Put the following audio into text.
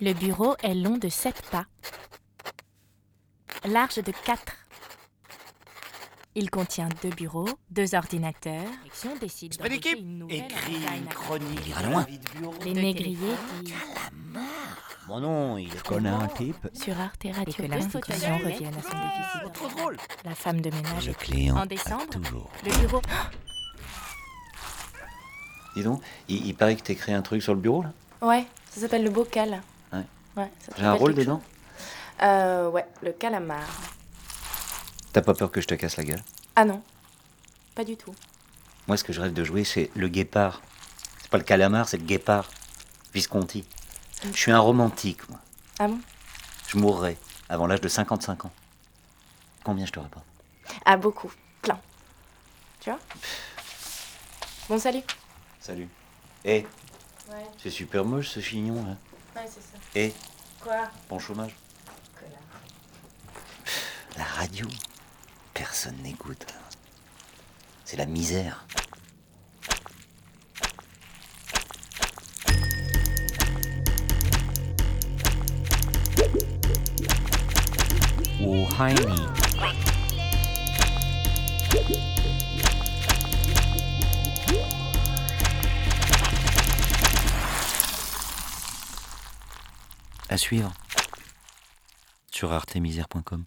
Le bureau est long de sept pas, large de quatre. Il contient deux bureaux, deux ordinateurs. décide Esprit d'équipe, écrit une chronique. ira loin. vie de bureau. Les de négriers disent Mon nom, il est connais un type. sur Arte Radio que deux l'institution fauteuils revienne à son électriques. déficit. Trop drôle. La femme de ménage. Le client En décembre, a toujours. Le bureau. Dis donc, il, il paraît que t'écris un truc sur le bureau là Ouais, ça s'appelle le bocal. Ouais. Ouais, ça te J'ai un rappelle rôle quelque dedans chose Euh, ouais, le calamar. T'as pas peur que je te casse la gueule Ah non, pas du tout. Moi, ce que je rêve de jouer, c'est le guépard. C'est pas le calamar, c'est le guépard. Visconti. Je suis un romantique, moi. Ah bon Je mourrai avant l'âge de 55 ans. Combien je te rapporte Ah, beaucoup. Plein. Tu vois Bon, salut. Salut. Eh, Ouais, c'est super moche ce chignon là. ouais, c'est ça. Eh, Quoi bon chômage. La radio, personne n'écoute. C'est la misère. Oh, À suivre sur artemisère.com.